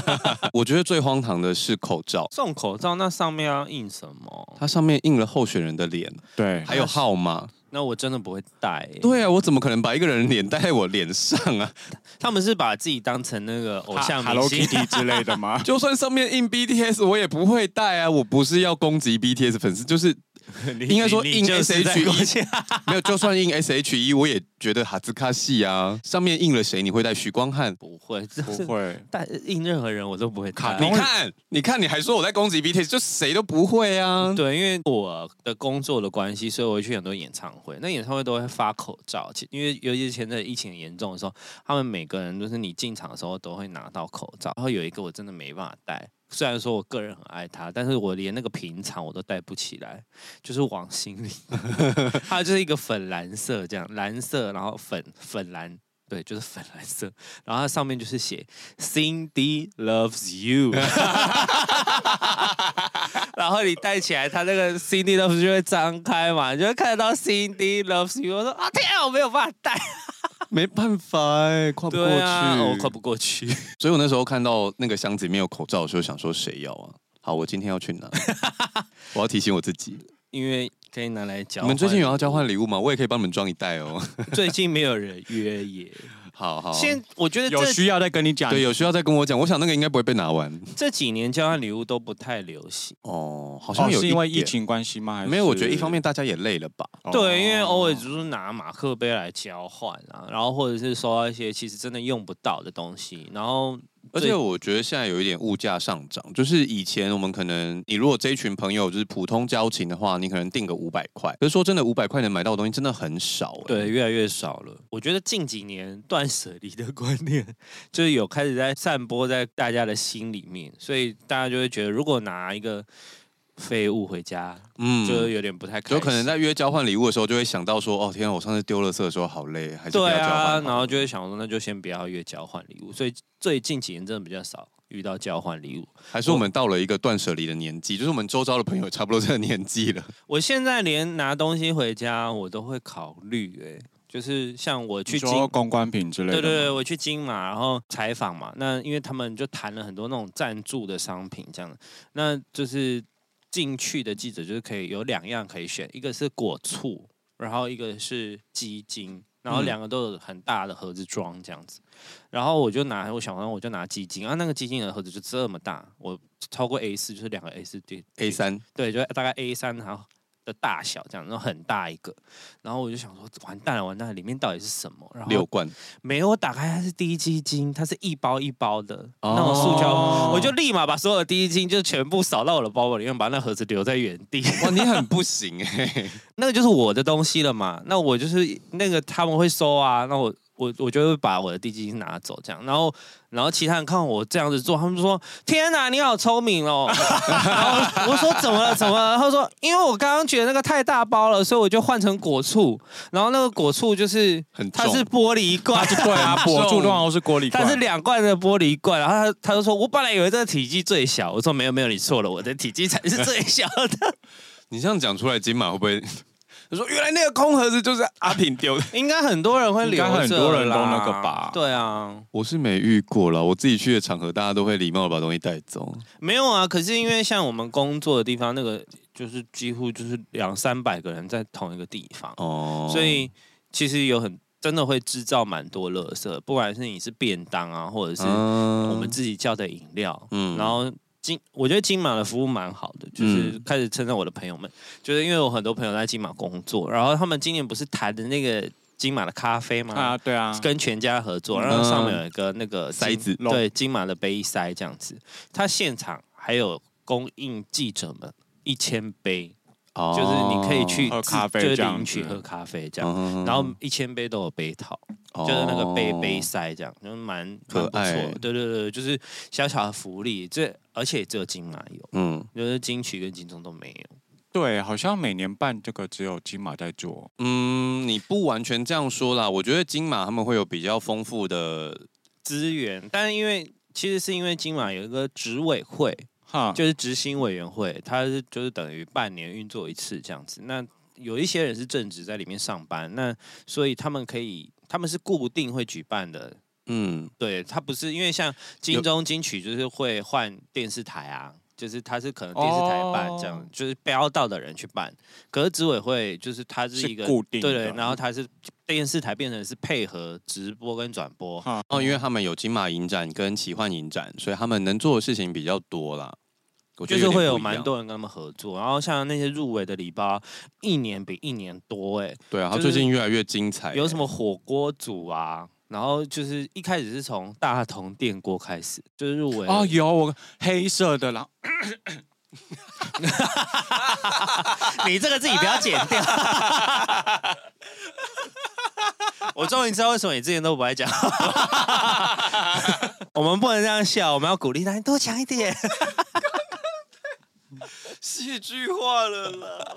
我觉得最荒唐的是口罩，
送口罩那上面要印什么？
它上面印了候选人的脸，
对，
还有号码。
那我真的不会戴、欸。
对啊，我怎么可能把一个人的脸戴在我脸 上啊？？
他们是把自己当成那个偶像
Hello
明星，
Kitty 之类的吗
就算上面印 BTS，我也不会戴啊。我不是要攻击 BTS 粉丝，就是
你
应该 说
你
印
你就是
SHE
在
没有，就算印 SHE，我也觉得哈兹卡西啊。上面印了谁？你会戴许光汉？
不会，
不
不会，
会，
但印任何人我都不会
卡
戴。
你
通
看，你看，你还说我在攻击 BTS，就谁都不会啊。
对，因为我的工作的关系，所以我会去很多演唱会。那演唱会都会发口罩，其因为尤其是前阵疫情严重的时候，他们每个人就是你进场的时候都会拿到口罩。然后有一个我真的没办法戴，虽然说我个人很爱它，但是我连那个平常我都戴不起来，就是往心里。它就是一个粉蓝色这样，蓝色，然后粉粉蓝。对，就是粉蓝色，然后它上面就是写 Cindy loves you，然 后你戴起来，它那个 Cindy loves you 就会张开嘛，你就会看得到 Cindy loves you。我说啊天啊，我没有办法戴，
没办法哎、跨不过去，
对啊，我跨不过去。
所以我那时候看到那个箱子里面有口罩的时候，想说谁要啊？好，我今天要去 拿。我要提醒我自己，
因为可以拿来交
你
换。
们最近有要交换礼物吗？我也可以帮你们装一袋哦。
最近没有人约耶。
好好，
现我觉得
有
这
需要再跟你讲。哦
对有需要再跟我讲。我想那个应该不会被拿完
这几年交换礼物都不太流行。
哦，好
哦，
像有、
是因为疫，情关系吗？还是
没有。我觉得一方面大家也累了吧，
哦
对，因为偶尔就是拿马克杯来交换啊，然后或者是收到一些其实真的用不到的东西，然后
而且我觉得现在有一点物价上涨，就是以前我们可能你如果这一群朋友就是普通交情的话，你可能定个五百块，可是说真的，五百块能买到的东西真的很少、欸。
对，越来越少了。我觉得近几年断舍离的观念就是有开始在散播在大家的心里面，所以大家就会觉得，如果拿一个废物回家，
嗯
就有点不太开心。
有可能在约交换礼物的时候，就会想到说，哦，天啊，我上次丢垃圾的时候好累，还是不
对
要交换好
啊
了。，
然后就会想说，那就先不要约交换礼物。所以最近几年真的比较少遇到交换礼物。
还是我们到了一个断舍离的年纪，就是我们周遭的朋友也差不多这个年纪 了。
我现在连拿东西回家我都会考虑，哎，就是像我
你
去
说
金。
公关品之类的
对
吗，
对对，我去金马，然后采访嘛。那因为他们就谈了很多那种赞助的商品，这样，那就是进去的记者就是可以有两样可以选，一个是果醋，然后一个是鸡精，然后
嗯
两个都有很大的盒子装这样子。然后我就拿，我想说我就拿鸡精啊，那个鸡精的盒子就这么大，我超过 A 四就是两个 A 四对
A 三，
对，就大概 A 三然后的大小这样，然后很大一个。然后我就想说，完蛋了，完蛋了，里面到底是什么？然后
六罐，
没有，我打开它是低基金，它是一包一包的
哦
那种塑胶，
哦
我就立马把所有的低基金就全部扫到我的包包里面，把那盒子留在原地。
哇，你很不行哎、
那个就是我的东西了嘛，那我就是那个他们会收啊，那我我我就会把我的低基金拿走这样，然后然后其他人看我这样子做，他们就说：“天哪，你好聪明哦！” 然后我说：“怎么了？怎么了？”他说：“因为我刚刚觉得那个太大包了，所以我就换成果醋，然后那个果醋就是
很重
它是玻璃罐，
对 啊，博主通常都是锅里
它
罐，
是两罐的玻璃罐，然后他他就说，我本来以为这个体积最小，我说没有没有，你错了，我的体积才是最小的，
你这样讲出来，金马会不会？ 他说原来那个空盒子就是阿平丢的，
应该很多人会留着啦，
应该很多人都那个吧
对啊，
我是没遇过了。我自己去的场合，大家都会礼貌的把东西带走。
没有啊，可是因为像我们工作的地方，那个就是几乎就是两三百个人在同一个地方，
哦
所以其实有很真的会制造蛮多垃圾，不管是你是便当啊，或者是
我
我们自己叫的饮料，
嗯
然后金，我觉得金马的服务蛮好的，就是开始称赞我的朋友们，就是因为我很多朋友在金马工作，然后他们今年不是谈的那个金马的咖啡吗？
啊，对啊，
跟全家合作，
嗯
然后上面有一个那个金
塞子
对金马的杯塞这样子，他现场还有供应记者们一千杯，就是你可以去
哦喝
自
咖啡
就是
这样
领取
子
喝咖啡这样，
样
然后一千杯都有杯套。就是那个杯杯塞这样，就是蛮蛮不错
哦可
的
爱
对对对，就是小小的福利，这而且只有金马有，
嗯
就是金曲跟金钟都没有。
对，啊好像每年办这个只有金马在做，
嗯，你不完全这样说啦，我觉得金马他们会有比较丰富的，
资源，但因为其实是因为金马有一个执委会，
哈，
就是执行委员会，它是就是等于半年运作一次这样子。那有一些人是正职在里面上班，那所以他们可以，他们是固定会举办的。
嗯
对，它不是因为像金
有
钟、金曲就是会换电视台啊，就是它是可能电视台办这样，
哦
就是标到的人去办。可是执委会就是它是
是
一个
固定
对
的
对，
嗯
然后它是电视台变成是配合直播跟转播。
哈，
哦，因为他们有金马影展跟奇幻影展，所以他们能做的事情比较多啦。我觉
就
得
是
点
会有
不一样
蛮多人跟他们合作，然后像那些入围的礼包，一年比一年多哎、
对啊，他
就
最
是
近越来越精彩欸。
有什么火锅组啊，然后就是一开始是从大同电锅开始，就是入围
哦，有我黑色的，然后
你这个自己不要剪掉。 我终于知道为什么你之前都不爱讲。 我们不能这样笑，我们要鼓励大家多讲一点。
戏剧化了啦？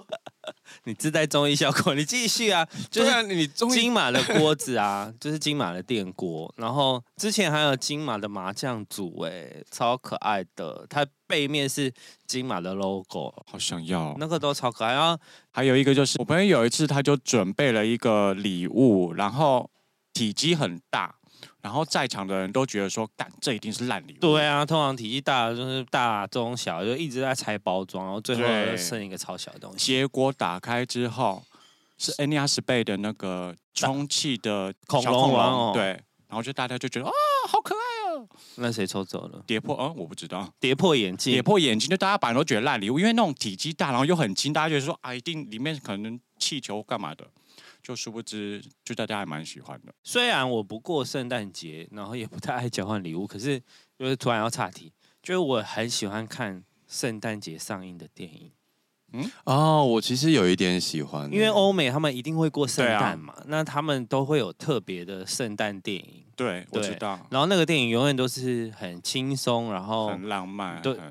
你自带综艺效果，你继续啊。就
对啊，
是
你终于
金马的锅子啊， 就是金马的电锅，然后之前还有金马的麻将组、哎，超可爱的。它背面是金马的 logo，
好想要。
那个都超可爱。然后
还有一个就是，我朋友有一次他就准备了一个礼物，然后体积很大，然后在场的人都觉得说，干，这一定是烂礼物。
对啊，通常体积大的就是大中小，就一直在拆包装，然后最后
对
又剩一个超小的东西。
结果打开之后是 a n E i a s b a 的那个充气的
恐
小
龙哦
恐龙，
玩偶
对，然后就大家就觉得啊，好可爱，
那谁抽走了？
跌破，嗯，我不知道，
跌破眼
跌
镜，
破眼睛，就大家本来都觉得烂礼物，因为那种体积大，然后又很轻，大家觉得说啊，一定里面可能气球干嘛的，就殊不知，就大家还蛮喜欢的。
虽然我不过圣诞节，然后也不太爱交换礼物，可是就是突然要岔题，就是我很喜欢看圣诞节上映的电影，
哦，我其实有一点喜欢欸，
因为哦欧美他们一定会过圣
嗯对啊
诞嘛，那他们都会有特别的圣诞电影，
对，我
对
知道，
然后那个电影永远都是很轻松，然后
很浪漫，
哦对
很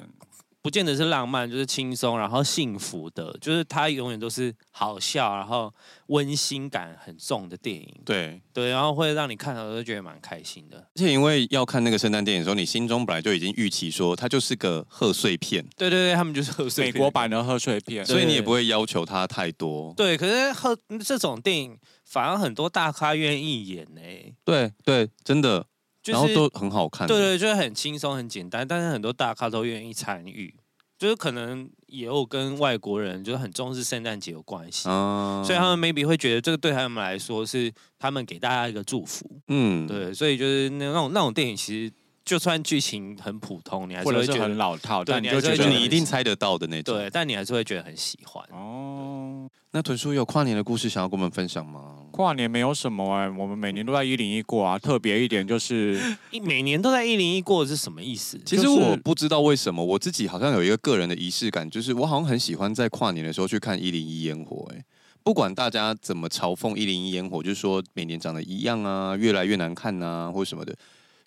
不见得是浪漫，就是轻松，然后幸福的，就是它永远都是好笑，然后温馨感很重的电影，
对。
对，然后会让你看到都觉得蛮开心的，
而且因为要看那个圣诞电影的时候，你心中本来就已经预期说它就是个贺岁片，
对对对，他们就是贺岁
美
片
国版的贺岁片，
对
所以你也不会要求它太多。
对，可是贺这种电影反而很多大咖愿意演呢、
对对，真的，
就
然
是
后都很好看。
对对，就是很轻松很简单，但是很多大咖都愿意参与，就是可能也有跟外国人就是很重视圣诞节有关系。
啊
所以他们 maybe 会觉得这个对他们来说是他们给大家一个祝福，
嗯，
对，所以就是那那种那种电影，其实就算剧情很普通，你还
或
是
者
会
是
觉
很
得
老套，
对
但你
你还
就是觉
会
就
得
觉
你
得
一定猜得到的那种。
对，但你还是会觉得很喜欢。
哦。
那豚叔有跨年的故事想要跟我们分享吗？
跨年没有什么哎、我们每年都在一零一过啊。特别一 点就是，
一每年都在一零一过是什么意思？
其实我不知道为什么，我自己好像有一个个人的仪式感，就是我好像很喜欢在跨年的时候去看一零一烟火、哎，不管大家怎么嘲讽一零一烟火，就是说每年长得一样啊，越来越难看啊，或什么的。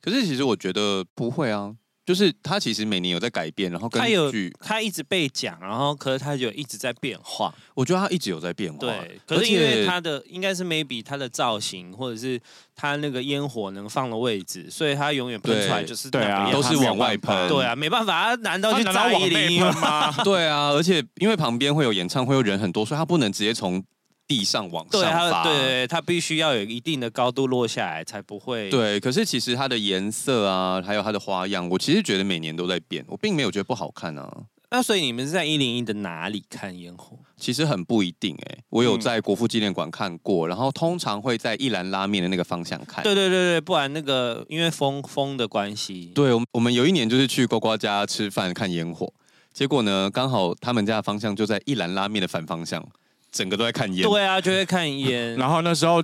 可是其实我觉得不会啊，就是它其实每年有在改变，然后根
它有
据
他一直被讲，然后可是他就一直在变化，
我觉得它一直有在变化。
哦
对。
而
可是因为
且
他的应该是 maybe 他的造型，或者是他那个烟火能放的位置，所以他永远喷出来
对
就是
对啊
那个
都
样
是
子
往外喷，
对啊，没办法，他难道
他
去
难道
砸
往
一零
内
一
喷吗？
对啊，而且 因为旁边会有演唱会，又人很多，所以它不能直接从地上往上
对它，
发。
对它必须要有一定的高度落下来，才不会。
对，可是其实它的颜色啊，还有它的花样，我其实觉得每年都在变，我并没有觉得不好看啊。
那所以你们是在一零一的哪里看烟火？
其实很不一定哎、我有
嗯
在国父纪念馆看过，然后通常会在一兰拉面的那个方向看。
对对对对，不然那个因为风风的关系，
对，我们我们有一年就是去呱呱家吃饭看烟火，结果呢，刚好他们家的方向就在一兰拉面的反方向，整个都在看烟。
对啊，就会看 烟。
然后那时候，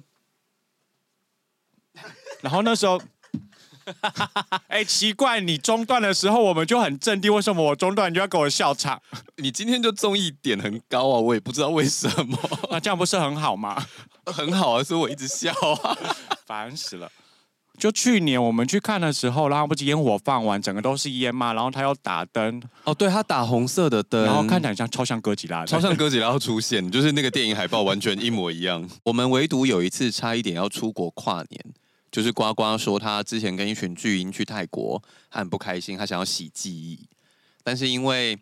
然后那 时候，哎、奇怪，你中断的时候我们就很镇定，为什么我中断你就要给我笑场？
你今天就综艺点很高啊，我也不知道为什么，
那这样不是很好吗？
很好啊，所以我一直笑啊。
烦死了。就去年我们去看的时候，然后不是烟火放完，整个都是烟嘛，然后他要打灯，
哦，对，他打红色的灯，
然后看起来像超像哥吉拉的，
超像哥吉拉要出现，就是那个电影海报完全一模一样。 我们唯独有一次差一点要出国跨年，就是呱呱说他之前跟一群巨婴去泰国，他很不开心，他想要洗记忆，但是因为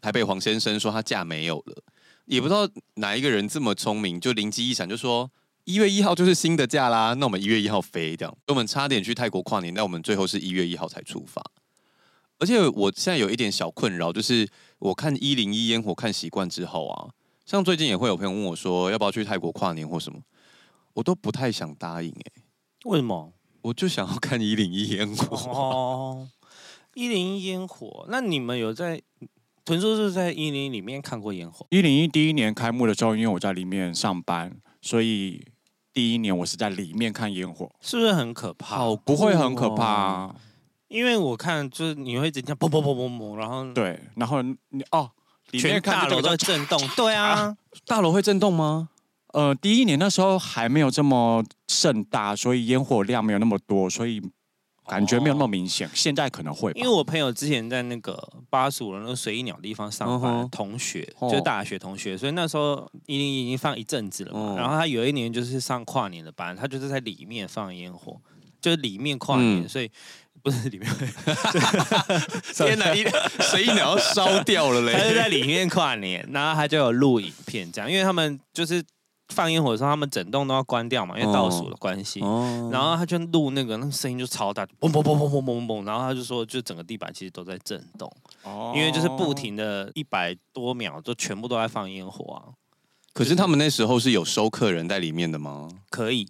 台北黄先生说他假没有了，也不知道哪一个人这么聪明，就灵机一闪就说。一月一号就是新的假啦，那我们一月一号飞这样，我们差点去泰国跨年，但我们最后是一月一号才出发。而且我现在有一点小困扰，就是我看一零一烟火看习惯之后啊，像最近也会有朋友问我说要不要去泰国跨年或什么，我都不太想答应哎、
为什么？
我就想要看一零一烟火。
哦，一零一烟火，那你们有在屯叔是不是在一零里面看过烟火？
一零一第一年开幕的时候，因为我在里面上班，所以第一年我是在里面看烟火，
是不是很可怕？
不会很可怕、啊。
因为我看就是你会一直这样砰砰砰砰砰，然后
对，然后你哦，里面
全
看
大
这
楼
个
都
叫
震动。对 啊，
大楼会震动吗？
呃，第一年那时候还没有这么盛大，所以烟火量没有那么多，所以感觉没有那么明显。现在可能会
哦
吧，
因为我朋友之前在那个巴蜀的那个水翼鸟地方上班，
嗯哼
同学
哦
就是大学同学，所以那时候一零一已经放一阵子了嘛。
嗯
然后他有一年就是上跨年的班，他就是在里面放烟火，就是里面跨年，
嗯
所以不是里面，
天 哪，一水鸟要烧掉了
他就
嘞！
在里面跨年，然后他就有录影片这样，因为他们就是放烟火的时候，他们整栋都要关掉嘛，因为倒数的关系。
哦
然后他就录那个，那个声音就超大，嘣嘣嘣嘣嘣嘣嘣，然后他就说，就整个地板其实都在震动。
哦
因为就是不停的一百多秒，就全部都在放烟火啊。
可是他们那时候是有收客人在里面的吗？
可以，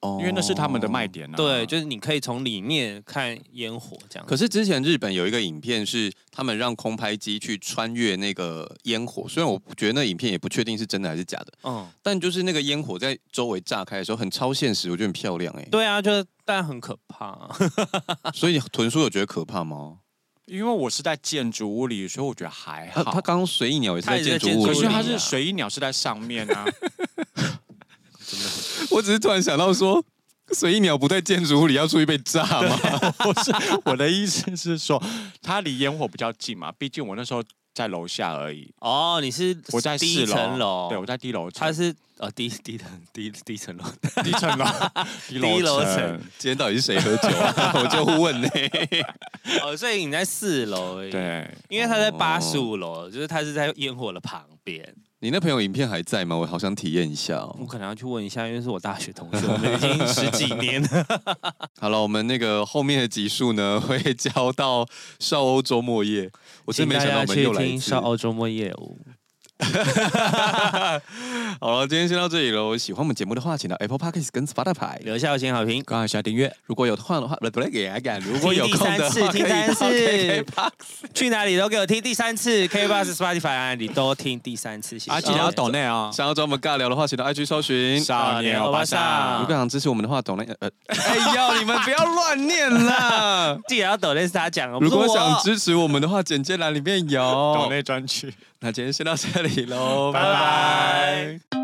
哦
因为那是他们的卖。点啊。
对，就是你可以从里面看烟火这样。
可是之前日本有一个影片是他们让空拍机去穿越那个烟火，虽然我觉得那影片也不确定是真的还是假的，
嗯，
但就是那个烟火在周围炸开的时候，很超现实，我觉得很漂亮哎、
对啊，就是但很可怕、
所以豚叔有觉得可怕吗？
因为我是在建筑物里，所以我觉得还
他
好。
他刚刚随意鸟也是在建筑
他
物
可
也
是
里，
它
里啊
是水翼鸟是在上面啊，
我只是突然想到说，随意鸟不在建筑物里要出去被炸吗？
不是我的意思是说，它离烟火比较近嘛，毕竟我那时候在楼下而已，
哦，你是
我在
低
四
层楼，
对，我在低楼层，
他是呃低低层低低 层楼，
低层楼，
低
低
楼
楼
层
层，
今天到底是谁喝酒、啊？我就问呢、
哦，所以你在四楼而已。，
对，
因为他在
哦
八十五楼，就是他是在烟火的旁边。
你那朋友影片还在吗？我好想体验一下哦、
我可能要去问一下，因为是我大学同学，我们已经十几年 了。
好了，我们那个后面的集数呢，会交到少欧周末夜。我真没想到我们又来
请大家
一
去听
次
少。欧周末夜舞。
好了，今天先到这里喽。喜欢我们节目的话，请到 Apple Podcast 跟 Spotify
留下五星好评。
刚才下订阅。
如果有空的话，不不对，给阿敢。如果有空
听第
的话，可以
三次
到
听
KK
第去哪里都给我听第三次，K Bus、Spotify 啊你都听第三次。谢谢
啊，记得要抖内啊！
想要找我们尬聊的话，请到 IG 搜寻。啊
少年欧巴
如
桑
果，想支持我们的话，懂了呃，哎呦，你们不要乱念啦！
记得要抖，那是他讲哦。
如
不
果
是我
想支持我们的话，简介栏里面
抖
有。
内专区，
那今天先到这里喽，
拜拜。